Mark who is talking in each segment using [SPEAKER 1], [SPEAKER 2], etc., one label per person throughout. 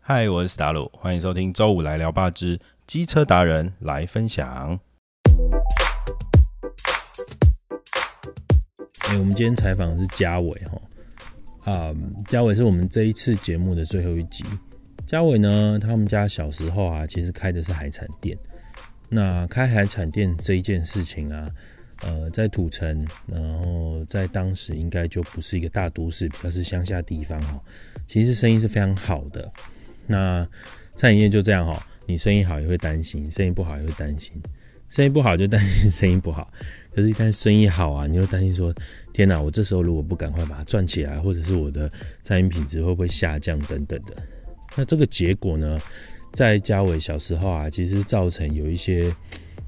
[SPEAKER 1] 嗨，我是达鲁，欢迎收听周五来聊吧之机车达人来分享。
[SPEAKER 2] 哎、我们今天采访的是嘉伟哈，啊、嘉伟是我们这一次节目的最后一集。嘉伟呢，他们家小时候啊，其实开的是海产店。那开海产店这一件事情啊，呃，在土城，然后在当时应该就不是一个大都市，比较是乡下地方哦。其实生意是非常好的。那餐饮业就这样哦，你生意好也会担心，生意不好也会担心，生意不好就担心生意不好。可是，一旦生意好啊，你就担心说，天哪，我这时候如果不赶快把它赚起来，或者是我的餐饮品质会不会下降等等的。那这个结果呢，在嘉伟小时候啊，其实造成有一些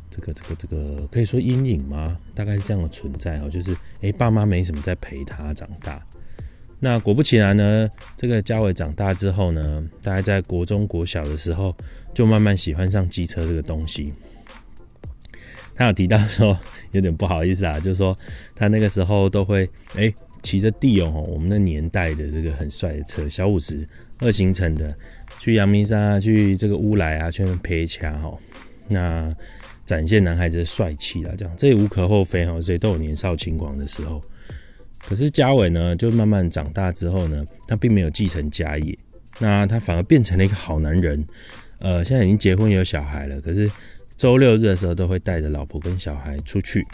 [SPEAKER 2] 这个这个这个可以说阴影吗？大概是这样的存在哦，就是诶，爸妈没什么在陪他长大。那果不其然呢，这个嘉伟长大之后呢，大概在国中、国小的时候，就慢慢喜欢上机车这个东西。他有提到说， 有点不好意思啊，就是说他那个时候都会哎骑着地哦，我们那年代的这个很帅的车，小五十二行程的，去阳明山啊，去这个乌来啊，去那边陪掐哦，那展现男孩子的帅气啦，这样这也无可厚非哦，谁都有年少轻狂的时候。可是嘉伟呢，就慢慢长大之后呢，他并没有继承家业，那他反而变成了一个好男人。呃，现在已经结婚有小孩了，可是周六日的时候都会带着老婆跟小孩出去，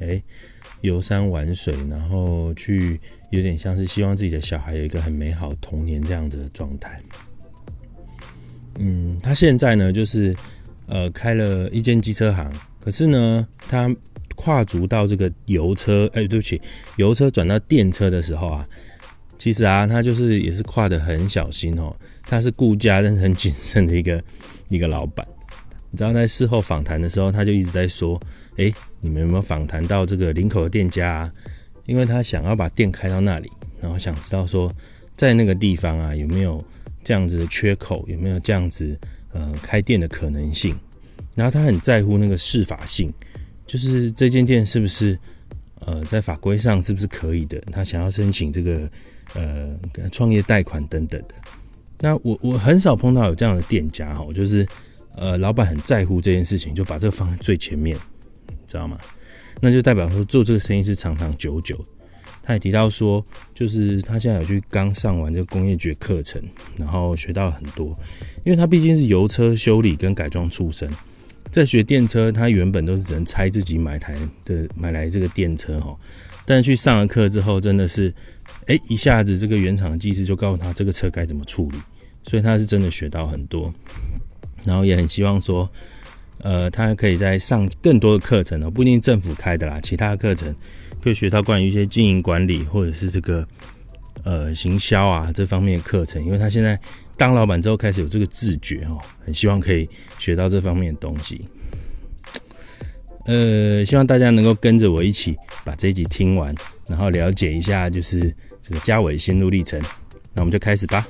[SPEAKER 2] 诶，游山玩水，然后去有点像是希望自己的小孩有一个很美好童年这样子的状态。嗯，他现在呢，就是呃开了一间机车行，可是呢，他跨足到这个油车，哎、对不起，油车转到电车的时候啊，其实啊，他就是也是跨得很小心哦，他是顾家但是很谨慎的一个 一个老板。你知道在事后访谈的时候，他就一直在说：“哎、你们有没有访谈到这个林口的店家啊？因为他想要把店开到那里，然后想知道说，在那个地方啊有没有这样子的缺口，有没有这样子呃开店的可能性。然后他很在乎那个适法性，就是这间店是不是呃在法规上是不是可以的，他想要申请这个呃创业贷款等等的。那我我很少碰到有这样的店家哈，就是呃老板很在乎这件事情，就把这个放在最前面，你知道吗？那就代表说做这个生意是长长久久的。他也提到说，就是他现在有去刚上完这个工业局的课程，然后学到了很多，因为他毕竟是油车修理跟改装出身，在学电车，他原本都是只能拆自己买台的买来这个电车哈，但是去上了课之后，真的是，哎、一下子这个原厂的技师就告诉他这个车该怎么处理，所以他是真的学到很多，然后也很希望说，呃，他可以在上更多的课程哦，不一定政府开的啦，其他的课程可以学到关于一些经营管理或者是这个呃行销啊这方面的课程，因为他现在当老板之后开始有这个自觉哦，很希望可以学到这方面的东西。呃，希望大家能够跟着我一起把这一集听完，然后了解一下就是这个嘉伟心路历程。那我们就开始吧。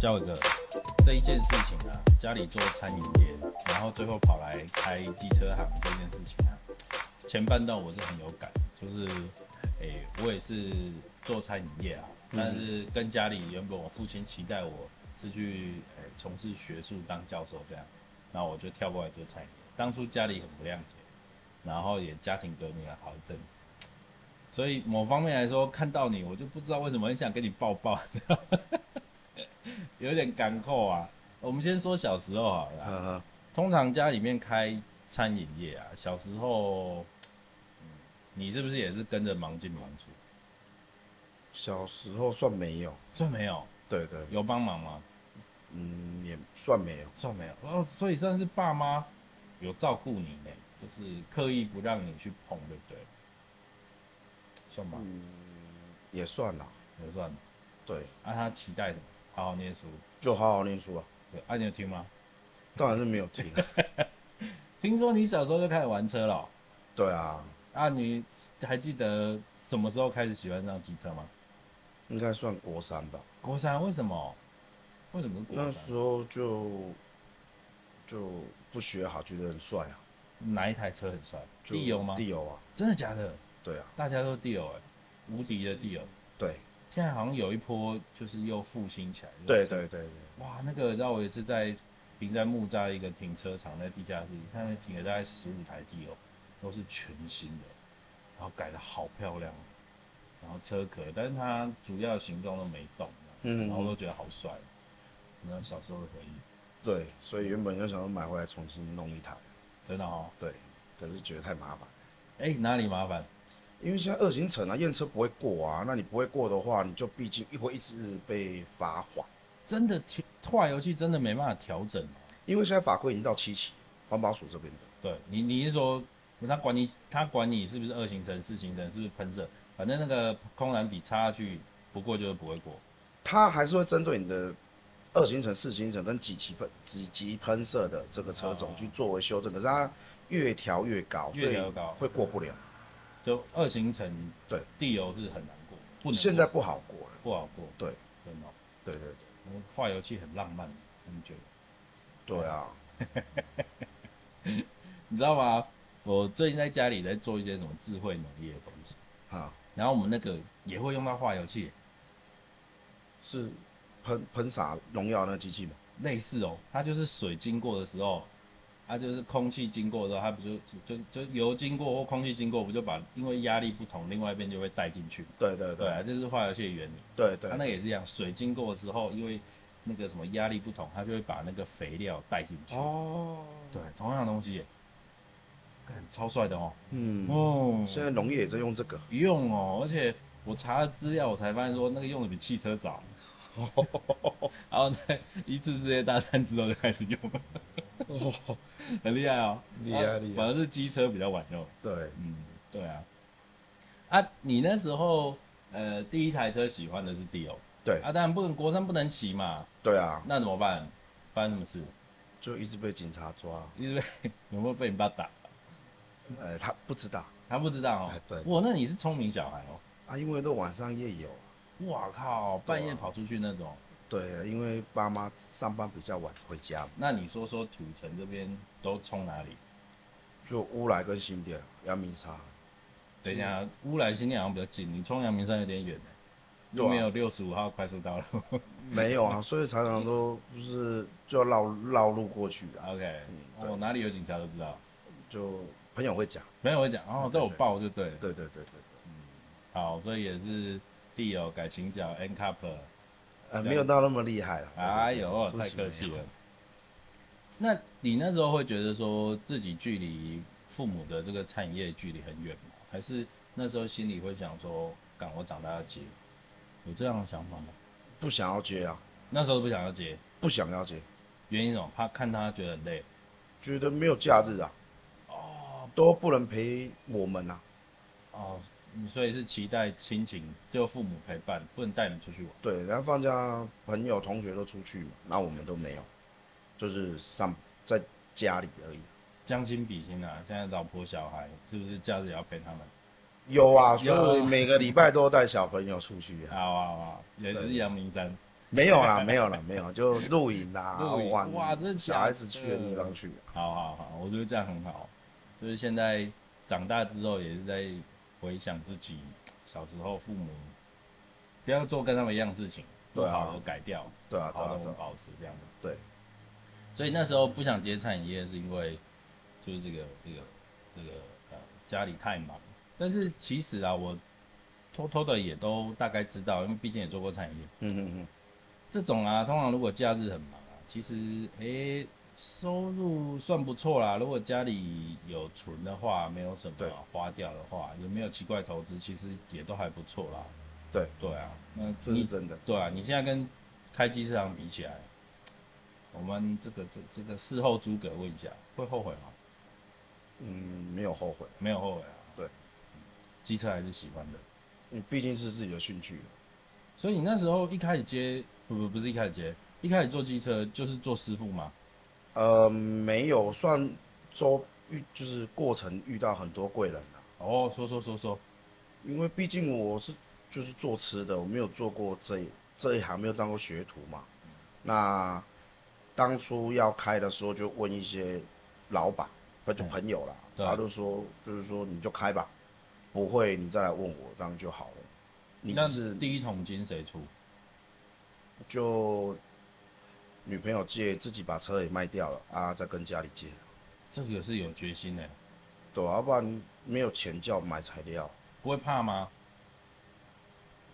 [SPEAKER 1] 嘉伟哥，这一件事情啊，家里做餐饮业，然后最后跑来开机车行这件事情啊，前半段我是很有感，就是，诶、我也是做餐饮业啊，但是跟家里原本我父亲期待我是去诶从、事学术当教授这样，然后我就跳过来做餐饮业，当初家里很不谅解，然后也家庭革命了好一阵子。所以某方面来说，看到你，我就不知道为什么很想跟你抱抱， 有点感扣啊。我们先说小时候好了啊，
[SPEAKER 3] 呃，
[SPEAKER 1] 通常家里面开餐饮业啊，小时候，嗯你是不是也是跟着忙进忙出？
[SPEAKER 3] 小时候算没有，
[SPEAKER 1] 算没有，
[SPEAKER 3] 对对，
[SPEAKER 1] 有帮忙吗？
[SPEAKER 3] 嗯，也算没有，
[SPEAKER 1] 算没有哦，所以算是爸妈有照顾你呢，就是刻意不让你去碰，对不对？算吗？
[SPEAKER 3] 也算啦，
[SPEAKER 1] 也算。
[SPEAKER 3] 对，
[SPEAKER 1] 啊，他期待什么？好好念书。
[SPEAKER 3] 就好好念书啊，
[SPEAKER 1] 对啊，你有听吗？
[SPEAKER 3] 当然是没有听，
[SPEAKER 1] 听说你小时候就开始玩车了哦、
[SPEAKER 3] 对啊，
[SPEAKER 1] 啊，你还记得什么时候开始喜欢上机车吗？
[SPEAKER 3] 应该算国三吧，
[SPEAKER 1] 国三，为什么？为什么是国
[SPEAKER 3] 那
[SPEAKER 1] 三？
[SPEAKER 3] 时候就就不学好，觉得很帅啊，
[SPEAKER 1] 哪一台车很帅？
[SPEAKER 3] 就
[SPEAKER 1] 地油吗？
[SPEAKER 3] 地油啊，
[SPEAKER 1] 真的假的？
[SPEAKER 3] 对啊，
[SPEAKER 2] 大家都 deal 哎、无敌的 deal。
[SPEAKER 3] 对
[SPEAKER 2] 现在好像有一波就是又复兴起来，就是
[SPEAKER 3] 对对对对，
[SPEAKER 2] 哇，那个让我有一次在停在木栅一个停车场，在地下室，上面停了大概十五台 D O，都是全新的，然后改的好漂亮，然后车壳，但是它主要的形状都没动，
[SPEAKER 3] 嗯
[SPEAKER 2] 然后我都觉得好帅，你知道小时候的回忆，
[SPEAKER 3] 对，所以原本就想要买回来重新弄一台，
[SPEAKER 2] 真的哦，
[SPEAKER 3] 对，可是觉得太麻烦了，
[SPEAKER 2] 哎、哪里麻烦？
[SPEAKER 3] 因为现在二行程啊，验车不会过啊，那你不会过的话，你就毕竟会一直被罚款，
[SPEAKER 2] 真的调拓游戏真的没办法调整哦
[SPEAKER 3] 因为现在法规已经到七期，环保署这边的，
[SPEAKER 2] 对你，你是说他管你，他管你是不是二行程、四行程，是不是喷射？反正那个空燃比插下去，不过就是不会过。
[SPEAKER 3] 它还是会针对你的二行程、四行程跟几级喷几级喷射的这个车种去作为修正，可是它越调越高，所
[SPEAKER 2] 哦越
[SPEAKER 3] 以
[SPEAKER 2] 调越高
[SPEAKER 3] 会过不了。
[SPEAKER 2] 就二行程，
[SPEAKER 3] 对，
[SPEAKER 2] 地游是很难过，不能过
[SPEAKER 3] 现在不好过了。
[SPEAKER 2] 不好过，
[SPEAKER 3] 对，
[SPEAKER 2] 真的哦。
[SPEAKER 3] 对对
[SPEAKER 2] 我们画游戏很浪漫，很久，
[SPEAKER 3] 对，对啊，
[SPEAKER 2] 你知道吗？我最近在家里在做一些什么智慧农业的东西，
[SPEAKER 3] 哈，
[SPEAKER 2] 然后我们那个也会用到化油器，
[SPEAKER 3] 是喷喷洒农药那个机器吗？
[SPEAKER 2] 类似哦，它就是水经过的时候，它就是空气经过的时候，它不就就就就油经过或空气经过，不就把因为压力不同，另外一边就会带进去嘛。
[SPEAKER 3] 对对
[SPEAKER 2] 对啊，
[SPEAKER 3] 对
[SPEAKER 2] 这是化油器的原理。
[SPEAKER 3] 对
[SPEAKER 2] 它
[SPEAKER 3] 对，
[SPEAKER 2] 那个也是一样，水经过的时候，因为那个什么压力不同，它就会把那个肥料带进去。
[SPEAKER 3] 哦，
[SPEAKER 2] 对，同样的东西耶，干超帅的哦。
[SPEAKER 3] 嗯，
[SPEAKER 2] 哦，
[SPEAKER 3] 现在农业也在用这个，
[SPEAKER 2] 用哦，而且我查了资料，我才发现说那个用的比汽车 早。然后在一次世界大战之后就开始用了，很厉害哦，
[SPEAKER 3] 厉害
[SPEAKER 2] 啊
[SPEAKER 3] 厉害
[SPEAKER 2] 反而是机车比较晚用。
[SPEAKER 3] 对，
[SPEAKER 2] 嗯，对啊。啊，你那时候呃第一台车喜欢的是 D O，
[SPEAKER 3] 对
[SPEAKER 2] 啊，当然不能国三不能骑嘛，
[SPEAKER 3] 对啊，
[SPEAKER 2] 那怎么办？发生什么事？
[SPEAKER 3] 就一直被警察抓，
[SPEAKER 2] 因为有没有被你爸 打？
[SPEAKER 3] 呃，他不知道
[SPEAKER 2] 他不知道哦
[SPEAKER 3] 哎。对
[SPEAKER 2] 哇，那你是聪明小孩哦。哦
[SPEAKER 3] 啊，因为都晚上夜游，
[SPEAKER 2] 哇靠，
[SPEAKER 3] 对啊
[SPEAKER 2] 半夜跑出去那种。
[SPEAKER 3] 对，因为爸妈上班比较晚回家，
[SPEAKER 2] 那你说说土城这边都冲哪里？
[SPEAKER 3] 就乌来跟新店、阳明山，
[SPEAKER 2] 等一下，乌来新店好像比较近，你冲阳明山有点远欸
[SPEAKER 3] 对
[SPEAKER 2] 又
[SPEAKER 3] 啊
[SPEAKER 2] 没有六十五号快速道路。
[SPEAKER 3] 没有啊，所以常常都就是就绕绕路过去 啊，
[SPEAKER 2] OK，
[SPEAKER 3] 对
[SPEAKER 2] 哦，哪里有警察都知道。
[SPEAKER 3] 就朋友会讲，
[SPEAKER 2] 没有我讲，哦，
[SPEAKER 3] 嗯对
[SPEAKER 2] 都有
[SPEAKER 3] 对
[SPEAKER 2] 报就对了。
[SPEAKER 3] 对对对对，
[SPEAKER 2] 好，所以也是地友改行脚 N cup，
[SPEAKER 3] 呃，没有到那么厉害了，
[SPEAKER 2] 哎
[SPEAKER 3] 对对对
[SPEAKER 2] 呦，
[SPEAKER 3] 初
[SPEAKER 2] 太
[SPEAKER 3] 期
[SPEAKER 2] 客
[SPEAKER 3] 没
[SPEAKER 2] 气
[SPEAKER 3] 有
[SPEAKER 2] 了。那你那时候会觉得说自己距离父母的这个产业距离很远吗？还是那时候心里会想说，赶我长大要接，有这样的想法吗？
[SPEAKER 3] 不想要接啊，
[SPEAKER 2] 那时候不想要接，
[SPEAKER 3] 不想要接，
[SPEAKER 2] 原因是什么？怕看他觉得很累。
[SPEAKER 3] 觉得没有假日啊，哦，都不能陪我们啊，
[SPEAKER 2] 哦，你所以是期待亲情，就父母陪伴，不能带你出去玩。
[SPEAKER 3] 对，然后放假朋友同学都出去嘛，那我们都没有，就是上在家里而已。
[SPEAKER 2] 将心比心啊，现在老婆小孩是不是假日也要陪他们？
[SPEAKER 3] 有啊，
[SPEAKER 2] 有
[SPEAKER 3] 所以每个礼拜都带小朋友出去 啊。
[SPEAKER 2] 好啊好啊，也是阳明山。
[SPEAKER 3] 没有啦，没有啦，没有，就露营啦、
[SPEAKER 2] 露营
[SPEAKER 3] 玩啊
[SPEAKER 2] 哇真的假的
[SPEAKER 3] 小孩子去的地方去、啊
[SPEAKER 2] 好好好，我觉得这样很好。就是现在长大之后，也是在回想自己小时候父母，不要做跟他们一样的事情，不
[SPEAKER 3] 对啊
[SPEAKER 2] 好的改掉，
[SPEAKER 3] 对啊，对
[SPEAKER 2] 好
[SPEAKER 3] 啊
[SPEAKER 2] 的，我
[SPEAKER 3] 对
[SPEAKER 2] 们
[SPEAKER 3] 啊，
[SPEAKER 2] 哦保持这样子。
[SPEAKER 3] 对，
[SPEAKER 2] 所以那时候不想接餐饮业，是因为就是这个这个这个呃家里太忙。但是其实啊，我偷偷的也都大概知道，因为毕竟也做过餐饮业。
[SPEAKER 3] 嗯嗯嗯，
[SPEAKER 2] 这种啊，通常如果假日很忙啊，其实诶、收入算不错啦。如果家里有存的话，没有什么
[SPEAKER 3] 对
[SPEAKER 2] 花掉的话，也没有奇怪投资，其实也都还不错啦。
[SPEAKER 3] 对，
[SPEAKER 2] 对啊，那
[SPEAKER 3] 这是
[SPEAKER 2] 你
[SPEAKER 3] 真的。
[SPEAKER 2] 对啊，你现在跟开机市场比起来，我们这个这这个事后诸葛问一下，会后悔吗？
[SPEAKER 3] 嗯，没有后悔，
[SPEAKER 2] 没有后悔啊。
[SPEAKER 3] 对
[SPEAKER 2] 嗯，机车还是喜欢的。
[SPEAKER 3] 你毕竟是自己的兴趣，
[SPEAKER 2] 所以你那时候一开始接，不不不是一开始接，一开始做机车就是做师傅嘛。
[SPEAKER 3] 呃，没有算周遇，就是过程遇到很多贵人啊，
[SPEAKER 2] 哦，说说说说，
[SPEAKER 3] 因为毕竟我是就是做吃的，我没有做过这一这一行，没有当过学徒嘛。那当初要开的时候，就问一些老板，不就朋友啦，
[SPEAKER 2] 嗯对
[SPEAKER 3] 他就说就是说你就开吧，不会你再来问我，这样就好了。你
[SPEAKER 2] 那
[SPEAKER 3] 是
[SPEAKER 2] 第一桶金谁出？
[SPEAKER 3] 就女朋友借，自己把车也卖掉了啊，再跟家里借，
[SPEAKER 2] 这个是有决心的、
[SPEAKER 3] 对啊，要不然没有钱叫买材料，
[SPEAKER 2] 不会怕吗？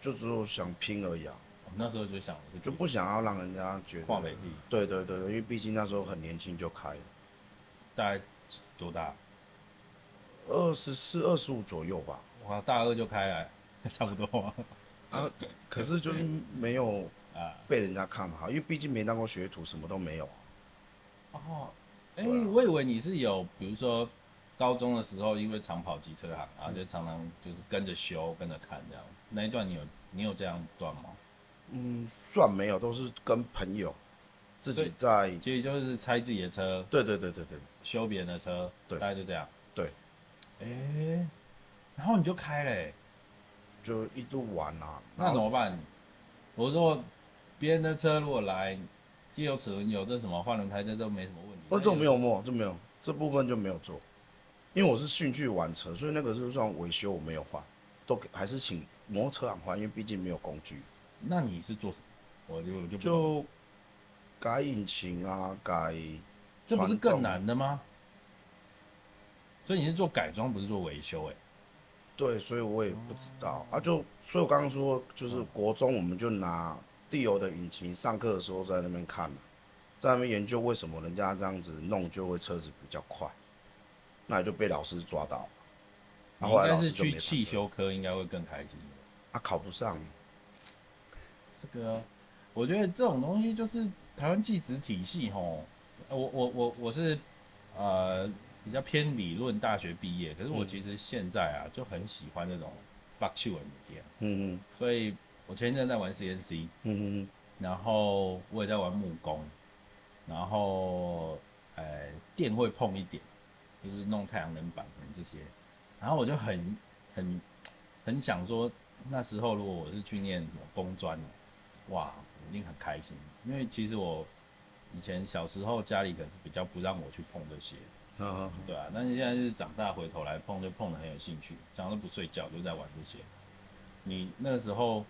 [SPEAKER 3] 就只有想拼而已啊，
[SPEAKER 2] 我那时候就想我是
[SPEAKER 3] 就不想要让人家觉
[SPEAKER 2] 跨
[SPEAKER 3] 得。
[SPEAKER 2] 美地，
[SPEAKER 3] 对对对，因为毕竟那时候很年轻就开了，
[SPEAKER 2] 大概几多大？
[SPEAKER 3] 二十四、二十五左右吧。
[SPEAKER 2] 我靠，大二就开来， 差不多啊
[SPEAKER 3] 可是就是没有
[SPEAKER 2] 啊。
[SPEAKER 3] 被人家看好，因为毕竟没当过学徒，什么都没有啊。
[SPEAKER 2] 哦，哎、
[SPEAKER 3] 啊
[SPEAKER 2] 我以为你是有，比如说高中的时候，因为常跑机车行，然后就常常就是跟着修、跟着看这样。那一段你有你有这样段吗？
[SPEAKER 3] 嗯，算没有，都是跟朋友自己
[SPEAKER 2] 对
[SPEAKER 3] 在。
[SPEAKER 2] 其实就是拆自己的车，
[SPEAKER 3] 对对对对对，
[SPEAKER 2] 修别人的车，
[SPEAKER 3] 对
[SPEAKER 2] 大概就这样。
[SPEAKER 3] 对，
[SPEAKER 2] 哎、然后你就开了、欸，
[SPEAKER 3] 就一路玩啊。
[SPEAKER 2] 那怎么办？我说别人的车如果来，机油齿轮油这什么换轮胎这都没什么问题。
[SPEAKER 3] 那哦这种没有摸，这没有这部分就没有做，因为我是兴趣玩车，所以那个就算维修我没有换，都给还是请摩托车行换，因为毕竟没有工具，
[SPEAKER 2] 那你是做什么？我就我就不懂
[SPEAKER 3] 就改引擎啊，改
[SPEAKER 2] 这不是更
[SPEAKER 3] 传动
[SPEAKER 2] 难的吗？所以你是做改装，不是做维修、欸？
[SPEAKER 3] 对，所以我也不知道啊就，所以我刚刚说，就是
[SPEAKER 2] 哦
[SPEAKER 3] 国中我们就拿地油的引擎，上课的时候在那边看嘛，在那边研究为什么人家这样子弄就会车子比较快，那也就被老师抓到了。
[SPEAKER 2] 你应
[SPEAKER 3] 啊，后来
[SPEAKER 2] 该
[SPEAKER 3] 老
[SPEAKER 2] 是
[SPEAKER 3] 师就没
[SPEAKER 2] 去
[SPEAKER 3] 管
[SPEAKER 2] 汽修科，应该会更开心。
[SPEAKER 3] 啊，考不上，
[SPEAKER 2] 这个，我觉得这种东西就是台湾技职体系吼。呃我我我我是呃比较偏理论大学毕业，可是我
[SPEAKER 3] 嗯
[SPEAKER 2] 其实现在啊就很喜欢这种 b u c 文的店，
[SPEAKER 3] 嗯
[SPEAKER 2] 所以我前一阵在玩 CNC，
[SPEAKER 3] 嗯嗯
[SPEAKER 2] 然后我也在玩木工，然后呃电会碰一点，就是弄太阳能板可能这些，然后我就很很很想说，那时候如果我是去念什么工专，哇，我一定很开心，因为其实我以前小时候家里可能是比较不让我去碰这些，
[SPEAKER 3] 嗯啊，
[SPEAKER 2] 对啊，但是现在是长大回头来碰，就碰得很有兴趣，常常都不睡觉就在玩这些。你那个时候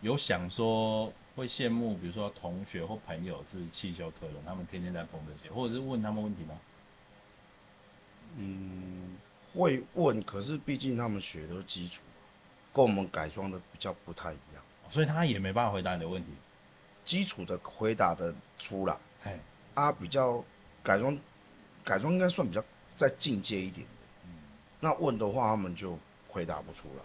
[SPEAKER 2] 有想说会羡慕，比如说同学或朋友是汽修科的，他们天天在碰这些，或者是问他们问题吗？
[SPEAKER 3] 会问，可是毕竟他们学的是基础，跟我们改装的比较不太一样，
[SPEAKER 2] 哦所以他也没办法回答你的问题。
[SPEAKER 3] 基础的回答的出来
[SPEAKER 2] 哎，
[SPEAKER 3] 啊，比较改装，改装应该算比较再进阶一点的。那问的话，他们就回答不出来，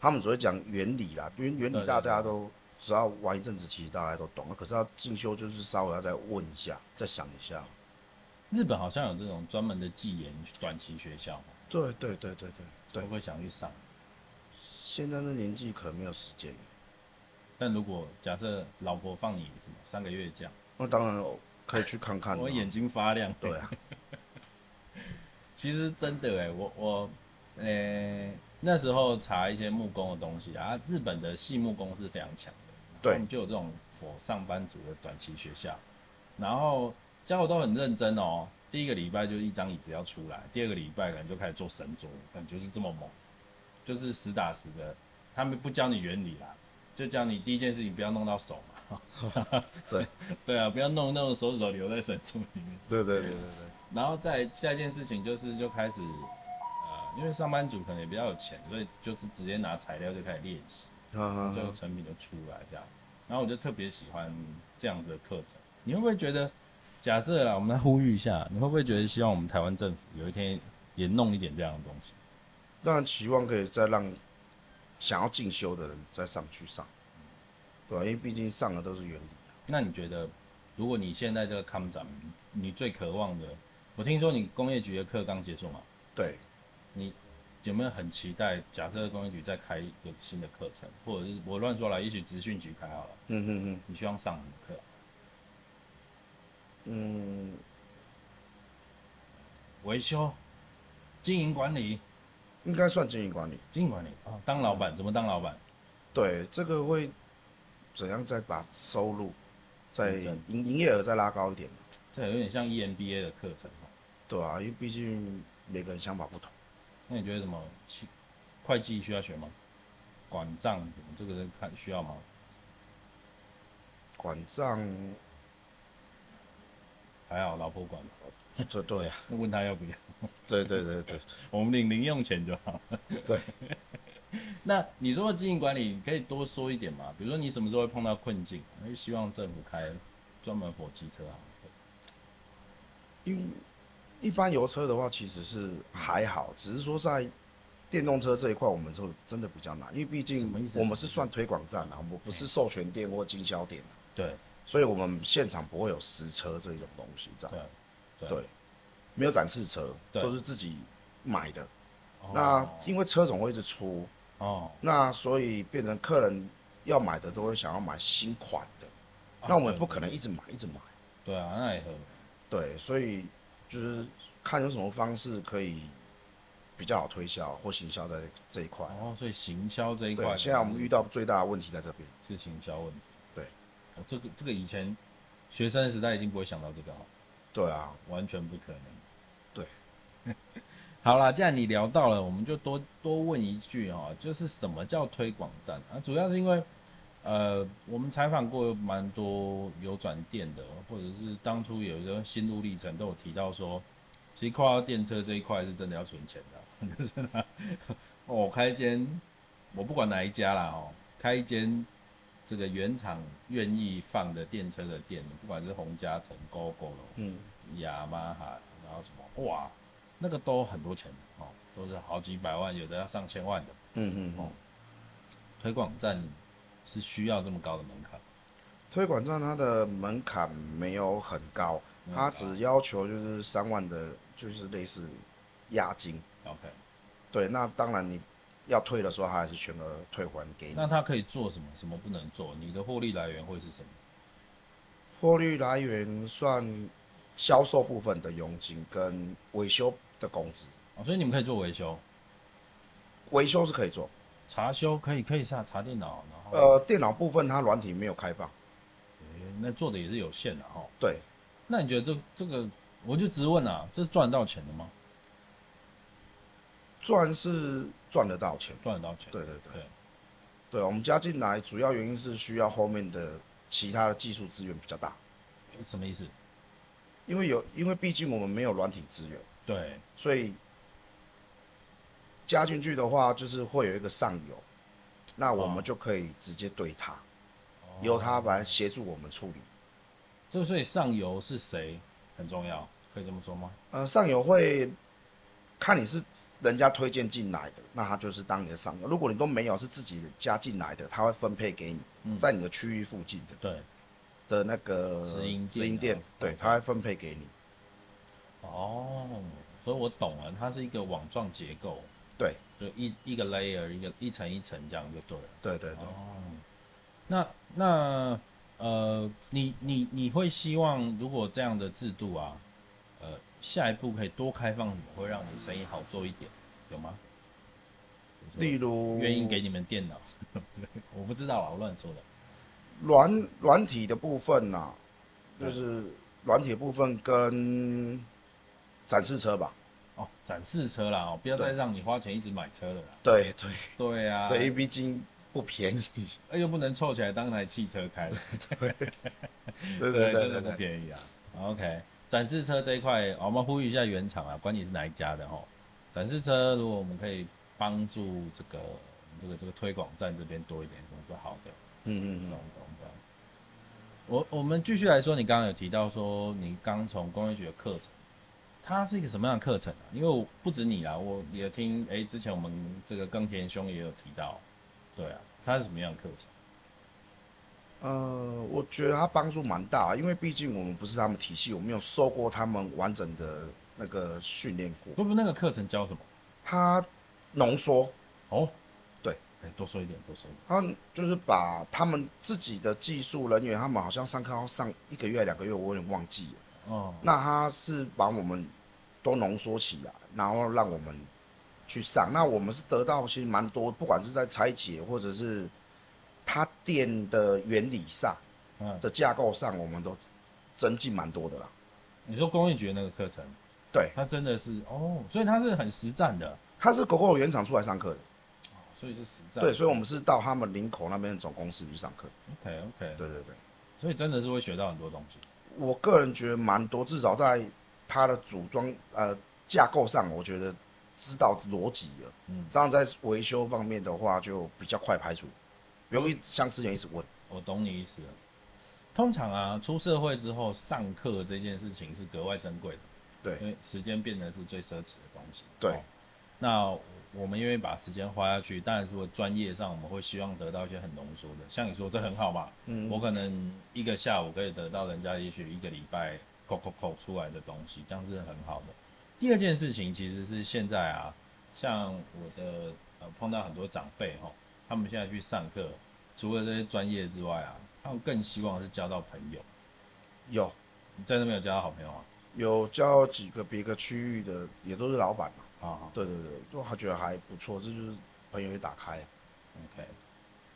[SPEAKER 3] 他们只会讲原理啦，因为原
[SPEAKER 2] 对
[SPEAKER 3] 理
[SPEAKER 2] 对
[SPEAKER 3] 大家都只要玩一阵子，其实大家都懂。啊可是要进修，就是稍微要再问一下，再想一下。
[SPEAKER 2] 日本好像有这种专门的技研短期学校嘛，
[SPEAKER 3] 对对对对对
[SPEAKER 2] 会
[SPEAKER 3] 对
[SPEAKER 2] 不，会想去上？
[SPEAKER 3] 现在的年纪可能没有时间了。
[SPEAKER 2] 但如果假设老婆放你什么三个月假，
[SPEAKER 3] 那当然可以去看看、啊
[SPEAKER 2] 我眼睛发亮。
[SPEAKER 3] 对啊，
[SPEAKER 2] 其实真的哎、我我，呃、那时候查一些木工的东西啊，日本的细木工是非常强的，
[SPEAKER 3] 对
[SPEAKER 2] 他们就有这种我上班族的短期学校，然后教的都很认真哦。第一个礼拜就是一张椅子要出来，第二个礼拜可能就开始做神桌，感觉是这么猛，就是实打实的。他们不教你原理啦，就教你第一件事情不要弄到手嘛。
[SPEAKER 3] 对
[SPEAKER 2] 对啊，不要弄弄手指头留在神桌里面。
[SPEAKER 3] 对对对对对，
[SPEAKER 2] 然后再下一件事情就是就开始，呃，因为上班族可能也比较有钱，所以就是直接拿材料就开始练习，
[SPEAKER 3] 啊
[SPEAKER 2] 最后成品就出来这样。然后我就特别喜欢这样子的课程。你会不会觉得，假设啊，我们来呼吁一下，你会不会觉得希望我们台湾政府有一天也弄一点这样的东西？
[SPEAKER 3] 当然期望可以再让想要进修的人再上去上，对啊吧、因为毕竟上的都是原理啊。
[SPEAKER 2] 那你觉得，如果你现在这个康展，你最渴望的，我听说你工业局的课刚结束嘛，
[SPEAKER 3] 对，
[SPEAKER 2] 你有没有很期待？假设工业局再开一个新的课程，或者是我乱说了，也许资讯局开好了，
[SPEAKER 3] 嗯哼哼，
[SPEAKER 2] 你希望上什么课？
[SPEAKER 3] 嗯，
[SPEAKER 2] 维修、经营管理、
[SPEAKER 3] 应该算经营管理。
[SPEAKER 2] 经营管理啊、当老板怎么当老板？
[SPEAKER 3] 对，这个会怎样再把收入、再
[SPEAKER 2] 提升
[SPEAKER 3] 营营业额再拉高一点，
[SPEAKER 2] E
[SPEAKER 3] 啊
[SPEAKER 2] 这有点像 EMBA 的课程哦
[SPEAKER 3] 对吧、因为毕竟每个人想法不同，
[SPEAKER 2] 那你觉得什么？其会计需要学吗？管账什么这个人看需要吗？
[SPEAKER 3] 管账，
[SPEAKER 2] 还好老婆管，
[SPEAKER 3] 这 对啊，
[SPEAKER 2] 那问他要不要？
[SPEAKER 3] 对对对对
[SPEAKER 2] 我们领零用钱就好。
[SPEAKER 3] 对。
[SPEAKER 2] 那你说的经营管理，你可以多说一点嘛？比如说你什么时候会碰到困境，那就希望政府开专门火机车啊。
[SPEAKER 3] 因为一般油车的话其实是还好，只是说在电动车这一块，我们就真的比较难，因为毕
[SPEAKER 2] 什
[SPEAKER 3] 竟
[SPEAKER 2] 么意思嗯
[SPEAKER 3] 我们是算推广站啊，我们不是授权店或经销店啊、
[SPEAKER 2] 对
[SPEAKER 3] 所以我们现场不会有实车这种东西在，
[SPEAKER 2] 对
[SPEAKER 3] 对没有展示车，
[SPEAKER 2] 对
[SPEAKER 3] 都是自己买的。
[SPEAKER 2] 哦
[SPEAKER 3] 那因为车总会一直出，
[SPEAKER 2] 哦，
[SPEAKER 3] 那所以变成客人要买的都会想要买新款的，
[SPEAKER 2] 啊
[SPEAKER 3] 那我们也不可能一直买一直买，
[SPEAKER 2] 对啊，那也合理
[SPEAKER 3] 对，所以就是看有什么方式可以比较好推销或行销在这一块。
[SPEAKER 2] 哦，所以行销这一块，
[SPEAKER 3] 对，现在我们遇
[SPEAKER 2] 到
[SPEAKER 3] 到最大的问题在这边，
[SPEAKER 2] 是行销问题。
[SPEAKER 3] 对
[SPEAKER 2] 哦，这个这个以前学生时代一定不会想到这个哈，
[SPEAKER 3] 对啊，
[SPEAKER 2] 完全不可能。
[SPEAKER 3] 对，
[SPEAKER 2] 好啦，既然你聊到了，我们就多多问一句哈、就是什么叫推广站啊？主要是因为，呃，我们采访过蛮多有转店的，或者是当初有一个心路历程，都有提到说，其实跨到电车这一块是真的要存钱的啊， 就是呢，我开一间，我不管哪一家啦哦，开一间这个原厂愿意放的电车的店，不管是洪家腾、GoGo
[SPEAKER 3] 嗯，
[SPEAKER 2] 雅马哈，然后什么哇，那个都很多钱哦，都是好几百万，有的要上千万的。
[SPEAKER 3] 嗯嗯嗯。
[SPEAKER 2] 推广站是需要这么高的门槛，
[SPEAKER 3] 推广站它的门槛没有很高，它只要求就是三万的，就是类似押金。
[SPEAKER 2] OK？
[SPEAKER 3] 对，那当然你要退的时候，它还是全额退还给你
[SPEAKER 2] 那。它可以做什么？什么不能做？你的获利来源会是什么？
[SPEAKER 3] 获利来源算销售部分的佣金跟维修的工资，
[SPEAKER 2] 哦，所以你们可以做维修、
[SPEAKER 3] 维修是可以做。
[SPEAKER 2] 查修，可以可以下查电脑，然后
[SPEAKER 3] 呃，电脑部分它软体没有开放，
[SPEAKER 2] 诶那做的也是有限的哈。
[SPEAKER 3] 对，
[SPEAKER 2] 那你觉得这这个，我就直问啊，这是赚得到钱的吗？
[SPEAKER 3] 赚是赚得到钱。
[SPEAKER 2] 赚得到钱？
[SPEAKER 3] 对对对，
[SPEAKER 2] 对，
[SPEAKER 3] 对我们加进来主要原因是需要后面的其他的技术资源比较大，
[SPEAKER 2] 什么意思？
[SPEAKER 3] 因为有因为毕竟我们没有软体资源。
[SPEAKER 2] 对，
[SPEAKER 3] 所以加进去的话，就是会有一个上游，那我
[SPEAKER 2] 哦
[SPEAKER 3] 们就可以直接对它，
[SPEAKER 2] 哦
[SPEAKER 3] 由它来协助我们处理。
[SPEAKER 2] 所以所以上游是谁很重要，可以这么说吗？
[SPEAKER 3] 呃，上游会看你是人家推荐进来的，那它就是当你的上游；如果你都没有是自己加进来的，它会分配给
[SPEAKER 2] 嗯
[SPEAKER 3] 你，在你的区域附近的
[SPEAKER 2] 对，
[SPEAKER 3] 的那个
[SPEAKER 2] 直营店
[SPEAKER 3] 直营
[SPEAKER 2] 啊
[SPEAKER 3] 店，对，它会分配给你。
[SPEAKER 2] 哦，所以我懂了，它是一个网状结构，
[SPEAKER 3] 对，
[SPEAKER 2] 就一一个 layer 一个一层一层这样就对了。哦
[SPEAKER 3] 对对对，
[SPEAKER 2] 那那呃，你你你会希望如果这样的制度啊，呃，下一步可以多开放什么，会让你生意好做一点，有吗？
[SPEAKER 3] 例如
[SPEAKER 2] 愿意给你们电脑， 我不知道啊，我乱说的。
[SPEAKER 3] 软软体的部分呐、就是软体的部分跟展示车吧。
[SPEAKER 2] 哦，展示车啦，哦，不要再
[SPEAKER 3] 对
[SPEAKER 2] 让你花钱一直买车了啦。
[SPEAKER 3] 对对
[SPEAKER 2] 对啊，
[SPEAKER 3] 对，毕竟不便 宜。
[SPEAKER 2] 哎又不能凑起来当台汽车开，
[SPEAKER 3] 对
[SPEAKER 2] 对，
[SPEAKER 3] 对
[SPEAKER 2] 真
[SPEAKER 3] 对
[SPEAKER 2] 的
[SPEAKER 3] 对
[SPEAKER 2] 不
[SPEAKER 3] 对，
[SPEAKER 2] 便宜啊。OK，展示车这一块，哦我们呼吁一下原厂啊，管你是哪一家的哦。展示车，如果我们可以帮助这个这个这个推广站这边多一点，都是好的。
[SPEAKER 3] 嗯
[SPEAKER 2] 懂
[SPEAKER 3] 嗯嗯，
[SPEAKER 2] 懂懂。啊我我们继续来说，你刚刚有提到说你刚从工业局的课程，它是一个什么样的课程啊？因为我不止你啦，我也听诶，之前我们这个耕田兄也有提到，对啊，它是什么样的课程？
[SPEAKER 3] 呃，我觉得它帮助蛮大，因为毕竟我们不是他们体系，我没有受过他们完整的那个训练过。
[SPEAKER 2] 不不，那个课程教什么？
[SPEAKER 3] 它浓缩，
[SPEAKER 2] 哦，
[SPEAKER 3] 对，
[SPEAKER 2] 哎，多说一点，多说一点。
[SPEAKER 3] 他们就是把他们自己的技术人员，他们好像上课要上一个月、两个月，我有点忘记了。
[SPEAKER 2] 哦，
[SPEAKER 3] 那他是把我们都浓缩起来，然后让我们去上。那我们是得到其实蛮多，不管是在拆解或者是它电的原理上
[SPEAKER 2] 嗯，
[SPEAKER 3] 的架构上，我们都增进蛮多的啦。
[SPEAKER 2] 你说工业局的那个课程，
[SPEAKER 3] 对，
[SPEAKER 2] 它真的是哦，所以它是很实战的，
[SPEAKER 3] 他是狗狗原厂出来上课的，
[SPEAKER 2] 所以是实战。
[SPEAKER 3] 对，所以我们是到他们林口那边的总公司去上课。
[SPEAKER 2] OK OK，
[SPEAKER 3] 对对对，
[SPEAKER 2] 所以真的是会学到很多东西。
[SPEAKER 3] 我个人觉得蛮多，至少在它的组装呃架构上，我觉得知道逻辑了。
[SPEAKER 2] 嗯
[SPEAKER 3] 这样在维修方面的话，就比较快排除，不用一直像之前一直问。
[SPEAKER 2] 我懂你意思了。通常啊，出社会之后上课这件事情是格外珍贵的，
[SPEAKER 3] 对
[SPEAKER 2] 因为时间变得是最奢侈的东西。
[SPEAKER 3] 对
[SPEAKER 2] 哦那我们愿意把时间花下去，当然如果专业上，我们会希望得到一些很浓缩的，像你说这很好嘛，
[SPEAKER 3] 嗯
[SPEAKER 2] 我可能一个下午可以得到人家也许一个礼拜扣扣扣出来的东西，这样是很好的。第二件事情其实是现在啊，像我的呃碰到很多长辈哈，他们现在去上课，除了这些专业之外啊，他们更希望是交到朋友。
[SPEAKER 3] 有
[SPEAKER 2] 你在那边有交到好朋友啊？
[SPEAKER 3] 有教几个别个区域的，也都是老板嘛。
[SPEAKER 2] 好好
[SPEAKER 3] 对对对，就还觉得还不错，这就是朋友也打开。
[SPEAKER 2] ，OK，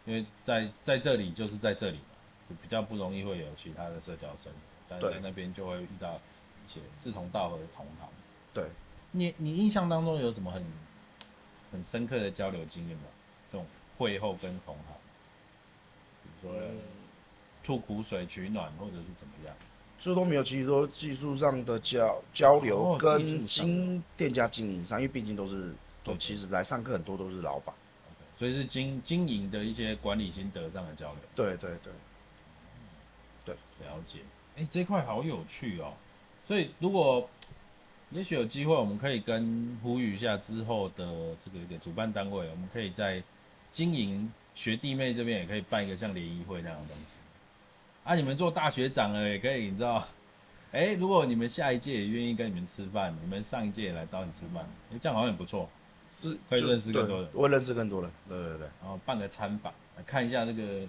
[SPEAKER 2] 因为在在这里就是在这里嘛，就比较不容易会有其他的社交生活，但是
[SPEAKER 3] 对
[SPEAKER 2] 在那边就会遇到一些志同道合的同行。
[SPEAKER 3] 对，
[SPEAKER 2] 你你印象当中有什么很很深刻的交流经验吗？这种会后跟同行，比如说
[SPEAKER 3] 嗯
[SPEAKER 2] 吐苦水取暖，或者是怎么样？
[SPEAKER 3] 这都没有，其实都技术上的交交
[SPEAKER 2] 哦技术
[SPEAKER 3] 流跟
[SPEAKER 2] 上
[SPEAKER 3] 经店家经营上，因为毕竟都是
[SPEAKER 2] 对
[SPEAKER 3] 都
[SPEAKER 2] 对
[SPEAKER 3] 其实来上课很多都是老板。
[SPEAKER 2] 所以是经经营的一些管理心得上的交流，
[SPEAKER 3] 对对对，
[SPEAKER 2] 了解。哎、这块好有趣哦。所以如果也许有机会，我们可以跟呼吁一下之后的这个一个主办单位，我们可以在经营学弟妹这边也可以办一个像联谊会那样的东西。啊，你们做大学长了也可以，你知道？哎、如果你们下一届也愿意跟你们吃饭，你们上一届也来找你吃饭，哎、这样好像很不错。
[SPEAKER 3] 是
[SPEAKER 2] 可以
[SPEAKER 3] 就
[SPEAKER 2] 认识更
[SPEAKER 3] 对
[SPEAKER 2] 多人
[SPEAKER 3] 会认识更多人。对对对，
[SPEAKER 2] 然后办个参访，来看一下这个，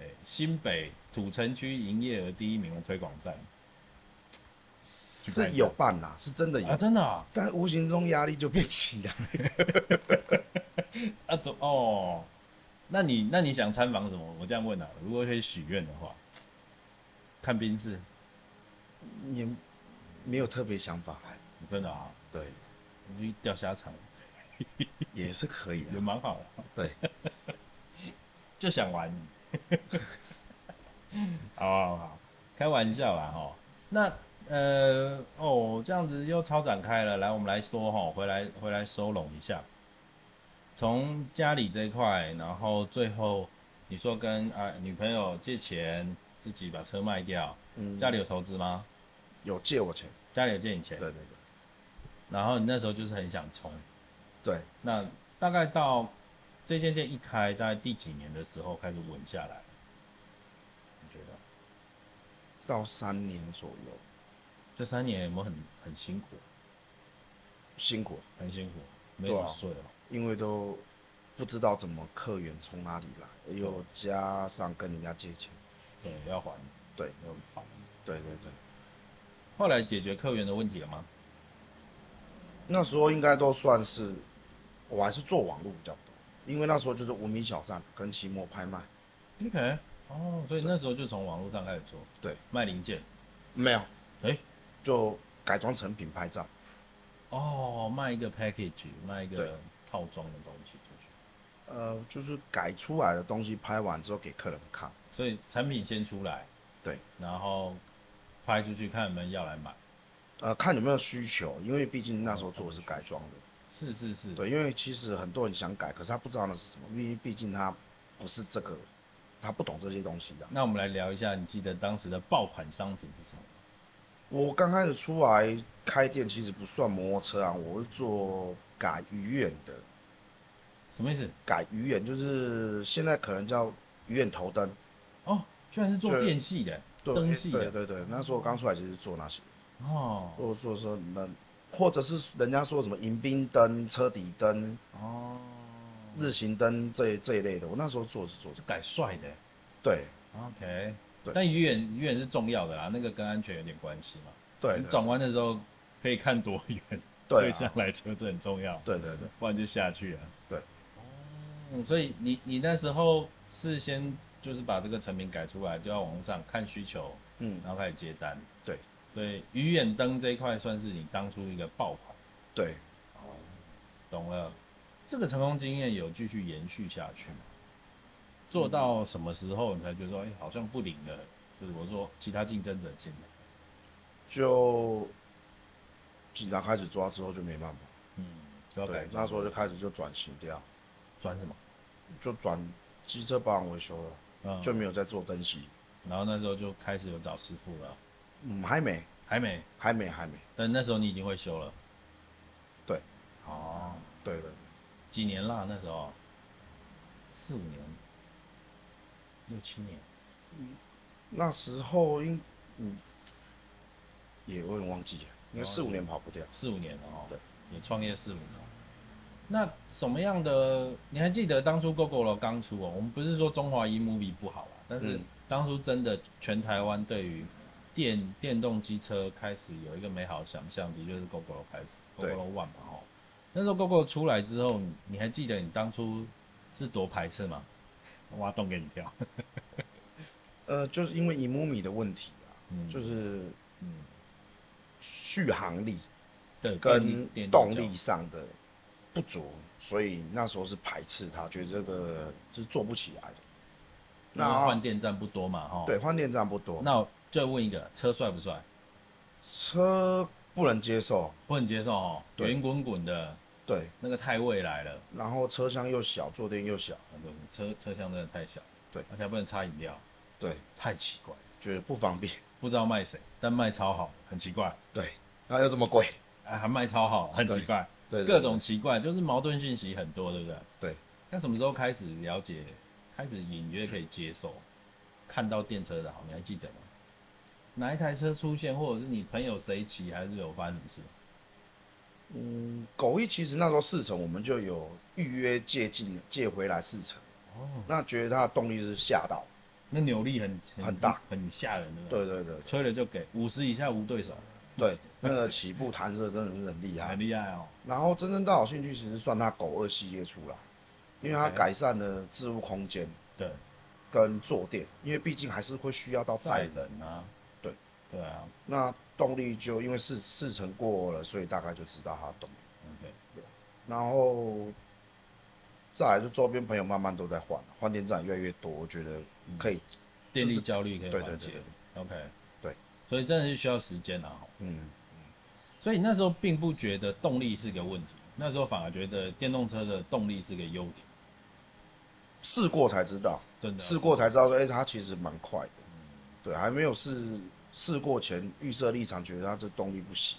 [SPEAKER 2] 哎、新北土城区营业额第一名的推广站
[SPEAKER 3] 是有办啦，是真的有，
[SPEAKER 2] 啊，真的啊，
[SPEAKER 3] 但无形中压力就变起来。
[SPEAKER 2] 啊，怎哦？那你那你想参访什么？我这样问啊，如果可以许愿的话，看冰室，
[SPEAKER 3] 也没有特别想法，
[SPEAKER 2] 真的啊，
[SPEAKER 3] 对，
[SPEAKER 2] 你去钓虾场
[SPEAKER 3] 也是可以
[SPEAKER 2] 也
[SPEAKER 3] 的。
[SPEAKER 2] 蛮好的，
[SPEAKER 3] 对，
[SPEAKER 2] 就想玩。 好啊好好，开玩笑啦哈。那呃哦，这样子又超展开了，来我们来说哈，回来回来收拢一下。从家里这一块，然后最后你说跟啊、女朋友借钱，自己把车卖掉，
[SPEAKER 3] 嗯，
[SPEAKER 2] 家里有投资吗？
[SPEAKER 3] 有借我钱，
[SPEAKER 2] 家里有借你钱
[SPEAKER 3] 对，对对
[SPEAKER 2] 然后你那时候就是很想冲，
[SPEAKER 3] 对，
[SPEAKER 2] 那大概到这间店一开，大概第几年的时候开始稳下来？你觉得
[SPEAKER 3] 到三年左右，
[SPEAKER 2] 这三年有没有很很辛苦？
[SPEAKER 3] 辛苦，
[SPEAKER 2] 很哦辛苦，没有睡了。
[SPEAKER 3] 因为都不知道怎么客源从哪里来，又加上跟人家借钱，
[SPEAKER 2] 对，要还，
[SPEAKER 3] 对，
[SPEAKER 2] 很烦。
[SPEAKER 3] 对对对，
[SPEAKER 2] 后来解决客源的问题了吗？
[SPEAKER 3] 那时候应该都算是，我还是做网络比较多，因为那时候就是无名小站跟奇摩拍卖，
[SPEAKER 2] OK，哦，所以那时候就从网络上开始做，
[SPEAKER 3] 对，
[SPEAKER 2] 卖零件，
[SPEAKER 3] 没有，
[SPEAKER 2] 诶
[SPEAKER 3] 哎就改装成品拍照，
[SPEAKER 2] 哦，卖一个 package，卖一
[SPEAKER 3] 对
[SPEAKER 2] 个套装的东西出去，
[SPEAKER 3] 呃，就是改出来的东西拍完之后给客人看，
[SPEAKER 2] 所以产品先出来，
[SPEAKER 3] 对，
[SPEAKER 2] 然后拍出去看有没有人要来买，
[SPEAKER 3] 呃，看有没有需求，因为毕竟那时候做的是改装的，
[SPEAKER 2] 是是是，
[SPEAKER 3] 对，因为其实很多人想改，可是他不知道那是什么，因为毕竟他不是这个，他不懂这些东西的。
[SPEAKER 2] 那我们来聊一下，你记得当时的爆款商品是什么？
[SPEAKER 3] 我刚开始出来开店，其实不算摩托车啊，我是做改鱼眼的，
[SPEAKER 2] 什么意思？
[SPEAKER 3] 改鱼眼就是现在可能叫鱼眼头灯，
[SPEAKER 2] 哦，居然是做
[SPEAKER 3] 就
[SPEAKER 2] 电系的
[SPEAKER 3] 对
[SPEAKER 2] 灯系
[SPEAKER 3] 对
[SPEAKER 2] 的
[SPEAKER 3] 对对，那时候刚出来就是做那些，
[SPEAKER 2] 哦
[SPEAKER 3] 或者说说那，或者是人家说什么迎宾灯、车底灯、
[SPEAKER 2] 哦，
[SPEAKER 3] 日行灯这一这一类的，我那时候做是做这
[SPEAKER 2] 就
[SPEAKER 3] 个，
[SPEAKER 2] 改帅的
[SPEAKER 3] 对
[SPEAKER 2] ，OK。
[SPEAKER 3] 对
[SPEAKER 2] 但鱼眼鱼眼是重要的啦，那个跟安全有点关系嘛。
[SPEAKER 3] 对
[SPEAKER 2] 你
[SPEAKER 3] 对
[SPEAKER 2] 转弯的时候可以看多远，
[SPEAKER 3] 对啊
[SPEAKER 2] 向来车这很重要，
[SPEAKER 3] 对对对，
[SPEAKER 2] 不然就下去了。啊
[SPEAKER 3] 对
[SPEAKER 2] 嗯，所以你你那时候事先就是把这个成品改出来，就要网络上看需求，
[SPEAKER 3] 嗯
[SPEAKER 2] 然后开始接单。
[SPEAKER 3] 对
[SPEAKER 2] 对，鱼眼灯这一块算是你当初一个爆款。
[SPEAKER 3] 对，
[SPEAKER 2] 懂了。这个成功经验有继续延续下去吗？做到什么时候你才觉得说，哎、好像不灵了？就是我说其他竞争者进来，
[SPEAKER 3] 就警察开始抓之后就没办法，
[SPEAKER 2] 嗯，就要改
[SPEAKER 3] 对，
[SPEAKER 2] 进
[SPEAKER 3] 那时候就开始就转型掉，
[SPEAKER 2] 转什么？
[SPEAKER 3] 就转机车保养维修了，
[SPEAKER 2] 嗯，
[SPEAKER 3] 就没有再做灯芯。
[SPEAKER 2] 然后那时候就开始有找师傅了，
[SPEAKER 3] 嗯，还没，
[SPEAKER 2] 还没，
[SPEAKER 3] 还没，还没。
[SPEAKER 2] 但那时候你已经会修了。
[SPEAKER 3] 对。
[SPEAKER 2] 哦，
[SPEAKER 3] 对对，
[SPEAKER 2] 几年啦？那时候四五年，六七年。
[SPEAKER 3] 那时候应嗯，也我有点忘记了，应该
[SPEAKER 2] 哦
[SPEAKER 3] 四五年跑不掉。
[SPEAKER 2] 四五年了哦，
[SPEAKER 3] 对，
[SPEAKER 2] 也创业四五年。那什么样的？你还记得当初 GoGo 楼刚出哦？我们不是说中华一 Movie 不好啦，啊但是
[SPEAKER 3] 嗯
[SPEAKER 2] 当初真的全台湾对于电电动机车开始有一个美好的想象，的确是 GoGo 楼开始
[SPEAKER 3] 对
[SPEAKER 2] ，GoGo 楼 One 嘛哦。那时候 GoGo 出来之后，你你还记得你当初是多排斥吗？挖洞给你跳，
[SPEAKER 3] 呃，就是因为以木米的问题啊，
[SPEAKER 2] 嗯
[SPEAKER 3] 就是
[SPEAKER 2] 嗯，
[SPEAKER 3] 续航力
[SPEAKER 2] 对，
[SPEAKER 3] 跟
[SPEAKER 2] 电
[SPEAKER 3] 动
[SPEAKER 2] 电
[SPEAKER 3] 力上的不足，所以那时候是排斥它，觉得这个是做不起来
[SPEAKER 2] 动
[SPEAKER 3] 的。
[SPEAKER 2] 嗯脚，那换
[SPEAKER 3] 那
[SPEAKER 2] 电站不多嘛哈。
[SPEAKER 3] 对，换电站不多，
[SPEAKER 2] 那我就问一个，车帅不帅？
[SPEAKER 3] 车不能接受，
[SPEAKER 2] 不能接受哦，
[SPEAKER 3] 对
[SPEAKER 2] 圆滚滚的
[SPEAKER 3] 对，
[SPEAKER 2] 那个太未来了，
[SPEAKER 3] 然后车厢又小，坐垫又小，
[SPEAKER 2] 那个车车厢真的太小，
[SPEAKER 3] 对
[SPEAKER 2] 而且还不能插饮料，
[SPEAKER 3] 对，
[SPEAKER 2] 太奇怪了，
[SPEAKER 3] 觉得不方便，
[SPEAKER 2] 不知道卖谁，但卖超好，很奇怪，
[SPEAKER 3] 对，然后又这么贵，
[SPEAKER 2] 啊，还卖超好，很奇怪，
[SPEAKER 3] 对，对
[SPEAKER 2] 各种奇怪，就是矛盾信息很多，对不对？
[SPEAKER 3] 对。
[SPEAKER 2] 那什么时候开始了解，开始隐约可以接受，看到电车的好，你还记得吗？哪一台车出现，或者是你朋友谁骑，还是有发生什么事？
[SPEAKER 3] 嗯，狗一其实那时候四成我们就有预约借进借回来四成，
[SPEAKER 2] 哦，
[SPEAKER 3] 那觉得它的动力是吓到，
[SPEAKER 2] 那扭力很
[SPEAKER 3] 很大，
[SPEAKER 2] 很吓人，对不对？
[SPEAKER 3] 对对对
[SPEAKER 2] 吹了就给，五十以下无对手，
[SPEAKER 3] 对，那个起步弹射真的是很厉害
[SPEAKER 2] 很，厉害哦。
[SPEAKER 3] 然后真正到好兴趣其实算它狗二系列出来，因为它
[SPEAKER 2] OK
[SPEAKER 3] 改善了置物空间
[SPEAKER 2] 对，
[SPEAKER 3] 跟坐垫，因为毕竟还是会需要到载
[SPEAKER 2] 载
[SPEAKER 3] 人，
[SPEAKER 2] 人啊，
[SPEAKER 3] 对，
[SPEAKER 2] 对啊
[SPEAKER 3] 那动力就因为四四成过了，所以大概就知道它的动力，
[SPEAKER 2] ，OK，
[SPEAKER 3] 然后再来就周边朋友慢慢都在换，换电站越来越多，我觉得可以，
[SPEAKER 2] 电力焦虑可以
[SPEAKER 3] 对对
[SPEAKER 2] 缓
[SPEAKER 3] 对
[SPEAKER 2] 解
[SPEAKER 3] 对
[SPEAKER 2] ，OK，
[SPEAKER 3] 对，
[SPEAKER 2] 所以真的是需要时间啊。吼
[SPEAKER 3] 嗯，
[SPEAKER 2] 所以那时候并不觉得动力是个问题，那时候反而觉得电动车的动力是个优点，
[SPEAKER 3] 试过才知道。
[SPEAKER 2] 真的啊
[SPEAKER 3] 试过才知道说，哎、它其实蛮快的。对，还没有试试过前预设立场，觉得它这动力不行。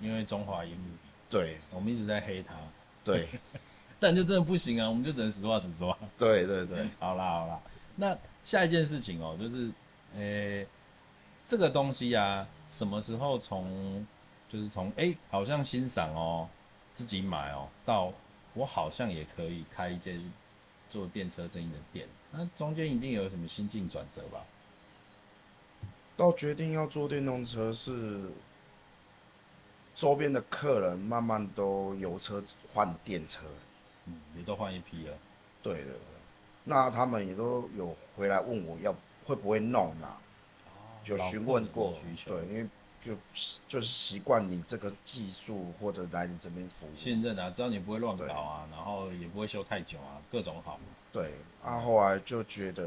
[SPEAKER 2] 因为中华一木，
[SPEAKER 3] 对
[SPEAKER 2] 我们一直在黑它，
[SPEAKER 3] 对
[SPEAKER 2] 但就真的不行啊，我们就只能实话实说。
[SPEAKER 3] 对对对，
[SPEAKER 2] 好啦好啦，那下一件事情哦，就是，诶、这个东西啊，什么时候从，就是从诶、好像欣赏哦，自己买哦，到我好像也可以开一间做电车生意的店，那中间一定有什么心境转折吧？
[SPEAKER 3] 到决定要做电动车是周边的客人慢慢都油车换电车。
[SPEAKER 2] 嗯，也都换一批了，
[SPEAKER 3] 对对对，那他们也都有回来问我要会不会弄啦、有询问过
[SPEAKER 2] 老顾客的需，求
[SPEAKER 3] 对，因为就就是习惯你这个技术或者来你这边服务。
[SPEAKER 2] 信任啊，知道你不会乱搞啊，然后也不会修太久啊，各种好，
[SPEAKER 3] 对，啊，后来就觉得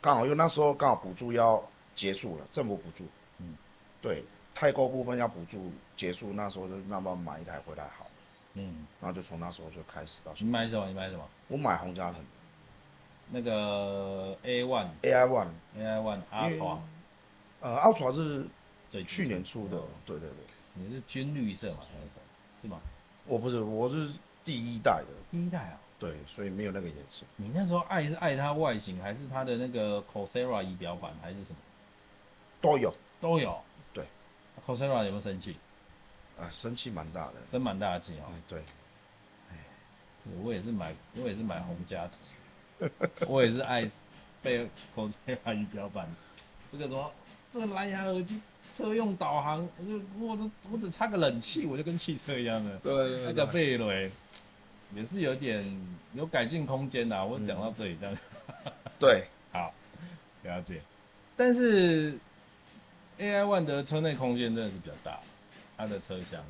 [SPEAKER 3] 刚好，因为那时候刚好补助要结束了，政府补助，
[SPEAKER 2] 嗯
[SPEAKER 3] 嗯，对，代购部分要补助结束，那时候就那么买一台回来好了，
[SPEAKER 2] 嗯，
[SPEAKER 3] 然后就从那时候就开始到
[SPEAKER 2] 你
[SPEAKER 3] 现在，
[SPEAKER 2] 买什么？你买什么？
[SPEAKER 3] 我买洪家腾
[SPEAKER 2] 那个 A one
[SPEAKER 3] AI One，
[SPEAKER 2] AI One 阿
[SPEAKER 3] 因为
[SPEAKER 2] 华。
[SPEAKER 3] 呃，Ultra 是
[SPEAKER 2] 对，
[SPEAKER 3] 去年出的，对对对，
[SPEAKER 2] 你是军绿色嘛？那种是吗？
[SPEAKER 3] 我不是，我是第一代的，
[SPEAKER 2] 第一代啊，
[SPEAKER 3] 对，所以没有那个颜色，
[SPEAKER 2] 你那时候爱是爱它外形，还是它的那个 Coursera 仪表板，还是什么
[SPEAKER 3] 都有，
[SPEAKER 2] 都有？
[SPEAKER 3] 对
[SPEAKER 2] ，Coursera 有没有生气？
[SPEAKER 3] 啊，生气蛮大的，
[SPEAKER 2] 生蛮大气哦
[SPEAKER 3] 哎。，对，
[SPEAKER 2] 这个我也是买，我也是买红家的，我也是爱被 Coursera 仪表板，这个什么，这个蓝牙耳机。车用导航，我就我都我只插个冷气，我就跟汽车一样的。
[SPEAKER 3] 对
[SPEAKER 2] 那个贝雷也是有点有改进空间的、啊我讲到这里，但
[SPEAKER 3] 对，
[SPEAKER 2] 好，了解。但是 AI One 的车内空间真的是比较大，它的车厢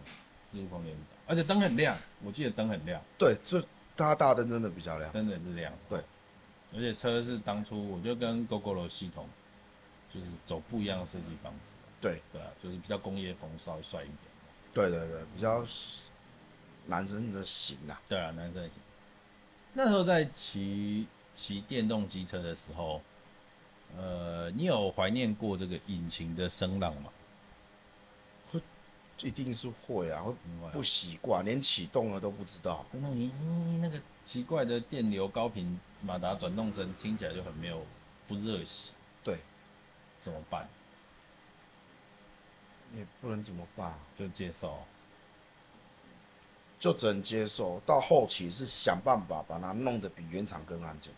[SPEAKER 2] 置物空间比较大。而且灯很亮，我记得灯很亮，
[SPEAKER 3] 对，就它大灯真的比较亮。
[SPEAKER 2] 真的是亮。
[SPEAKER 3] 对，
[SPEAKER 2] 而且车是当初我就跟 GoGoRo 系统就是走不一样的设计方式。
[SPEAKER 3] 对
[SPEAKER 2] 对啊，就是比较工业风，稍微帅一点。
[SPEAKER 3] 对对对，比较男生的型啊。
[SPEAKER 2] 对啊，男生也行。那时候在骑骑电动机车的时候，呃，你有怀念过这个引擎的声浪吗？
[SPEAKER 3] 一定是会啊，会
[SPEAKER 2] 因为
[SPEAKER 3] 不习惯，连启动了都不知道。
[SPEAKER 2] 那你那个奇怪的电流高频马达转动声听起来就很没有不热血，
[SPEAKER 3] 对，
[SPEAKER 2] 怎么办？
[SPEAKER 3] 也不能怎么办啊，
[SPEAKER 2] 就接受。
[SPEAKER 3] 就只能接受。到后期是想办法把它弄得比原厂更安静，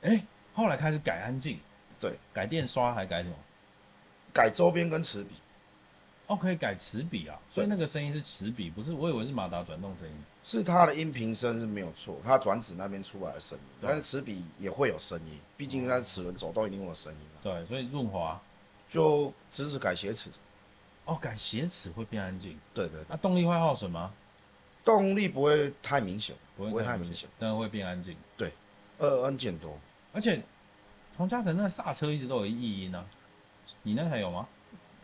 [SPEAKER 2] 哎、后来开始改安静，
[SPEAKER 3] 对，
[SPEAKER 2] 改电刷还改什么？
[SPEAKER 3] 改周边跟齿比
[SPEAKER 2] 哦，可以改齿比啊，所以那个声音是齿比，不是我以为是马达转动声音。
[SPEAKER 3] 是它的音频声是没有错，它转子那边出来的声音，但是齿比也会有声音，毕竟它是齿轮走动一定会有声音啊。
[SPEAKER 2] 对，所以润滑
[SPEAKER 3] 就只是改斜齿，
[SPEAKER 2] 哦，改斜齿会变安静。
[SPEAKER 3] 对对，对
[SPEAKER 2] 那、动力会耗损吗？
[SPEAKER 3] 动力不会太明显，
[SPEAKER 2] 不
[SPEAKER 3] 不会太
[SPEAKER 2] 明
[SPEAKER 3] 明显，
[SPEAKER 2] 但会变安静。
[SPEAKER 3] 二 N 减多，
[SPEAKER 2] 而且洪嘉诚那刹车一直都有异音啊，你那台有吗？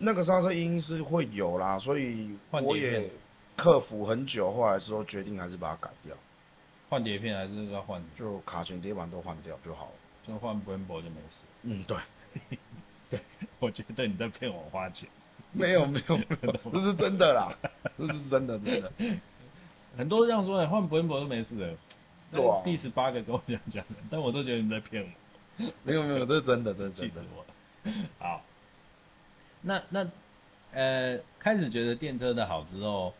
[SPEAKER 3] 那个刹车音是会有啦，所以
[SPEAKER 2] 换
[SPEAKER 3] 我
[SPEAKER 2] 碟片
[SPEAKER 3] 也克服很久，后来之后决定还是把它改掉，
[SPEAKER 2] 换碟片还是要换？
[SPEAKER 3] 就卡钳碟板都换掉就好了。
[SPEAKER 2] 就换 Brembo 就没事。
[SPEAKER 3] 嗯，对，
[SPEAKER 2] 我觉得你在骗我花钱。
[SPEAKER 3] 没有没有没有，这是真的啦，这是真的真的。
[SPEAKER 2] 很多人这样说的，换 Brembo 都没事的。
[SPEAKER 3] 对啊
[SPEAKER 2] 第十八个跟我这样讲的，但我都觉得你在骗我。
[SPEAKER 3] 没有没有，这是真的，这是
[SPEAKER 2] 气
[SPEAKER 3] 真
[SPEAKER 2] 死
[SPEAKER 3] 的。
[SPEAKER 2] 我了。好，那那呃，开始觉得电车的好之后，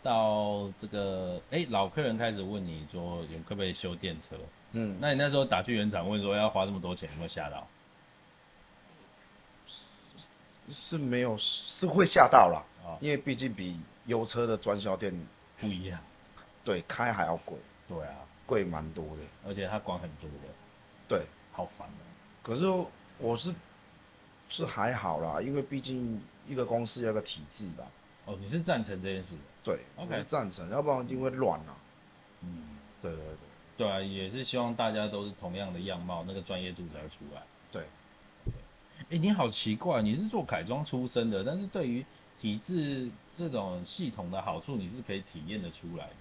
[SPEAKER 2] 到这个哎、老客人开始问你说有可不可以修电车？
[SPEAKER 3] 嗯，
[SPEAKER 2] 那你那时候打去原厂问说要花这么多钱，有没有吓到？
[SPEAKER 3] 是没有是会吓到啦，
[SPEAKER 2] 哦
[SPEAKER 3] 因为毕竟比油车的专销店
[SPEAKER 2] 不一样，
[SPEAKER 3] 对开还要贵，
[SPEAKER 2] 对啊，
[SPEAKER 3] 贵蛮多的。
[SPEAKER 2] 而且他管很多的，
[SPEAKER 3] 对，
[SPEAKER 2] 好烦啊。
[SPEAKER 3] 可是我是是还好啦，因为毕竟一个公司要有个体制吧。
[SPEAKER 2] 哦，你是赞成这件事的？
[SPEAKER 3] 对
[SPEAKER 2] OK
[SPEAKER 3] 我是赞成，要不然一定会乱啊。
[SPEAKER 2] 嗯，
[SPEAKER 3] 对对对，
[SPEAKER 2] 对啊，也是希望大家都是同样的样貌，那个专业度才会出来。
[SPEAKER 3] 对，
[SPEAKER 2] 哎、你好奇怪，你是做改装出身的，但是对于体制这种系统的好处，你是可以体验得出来的，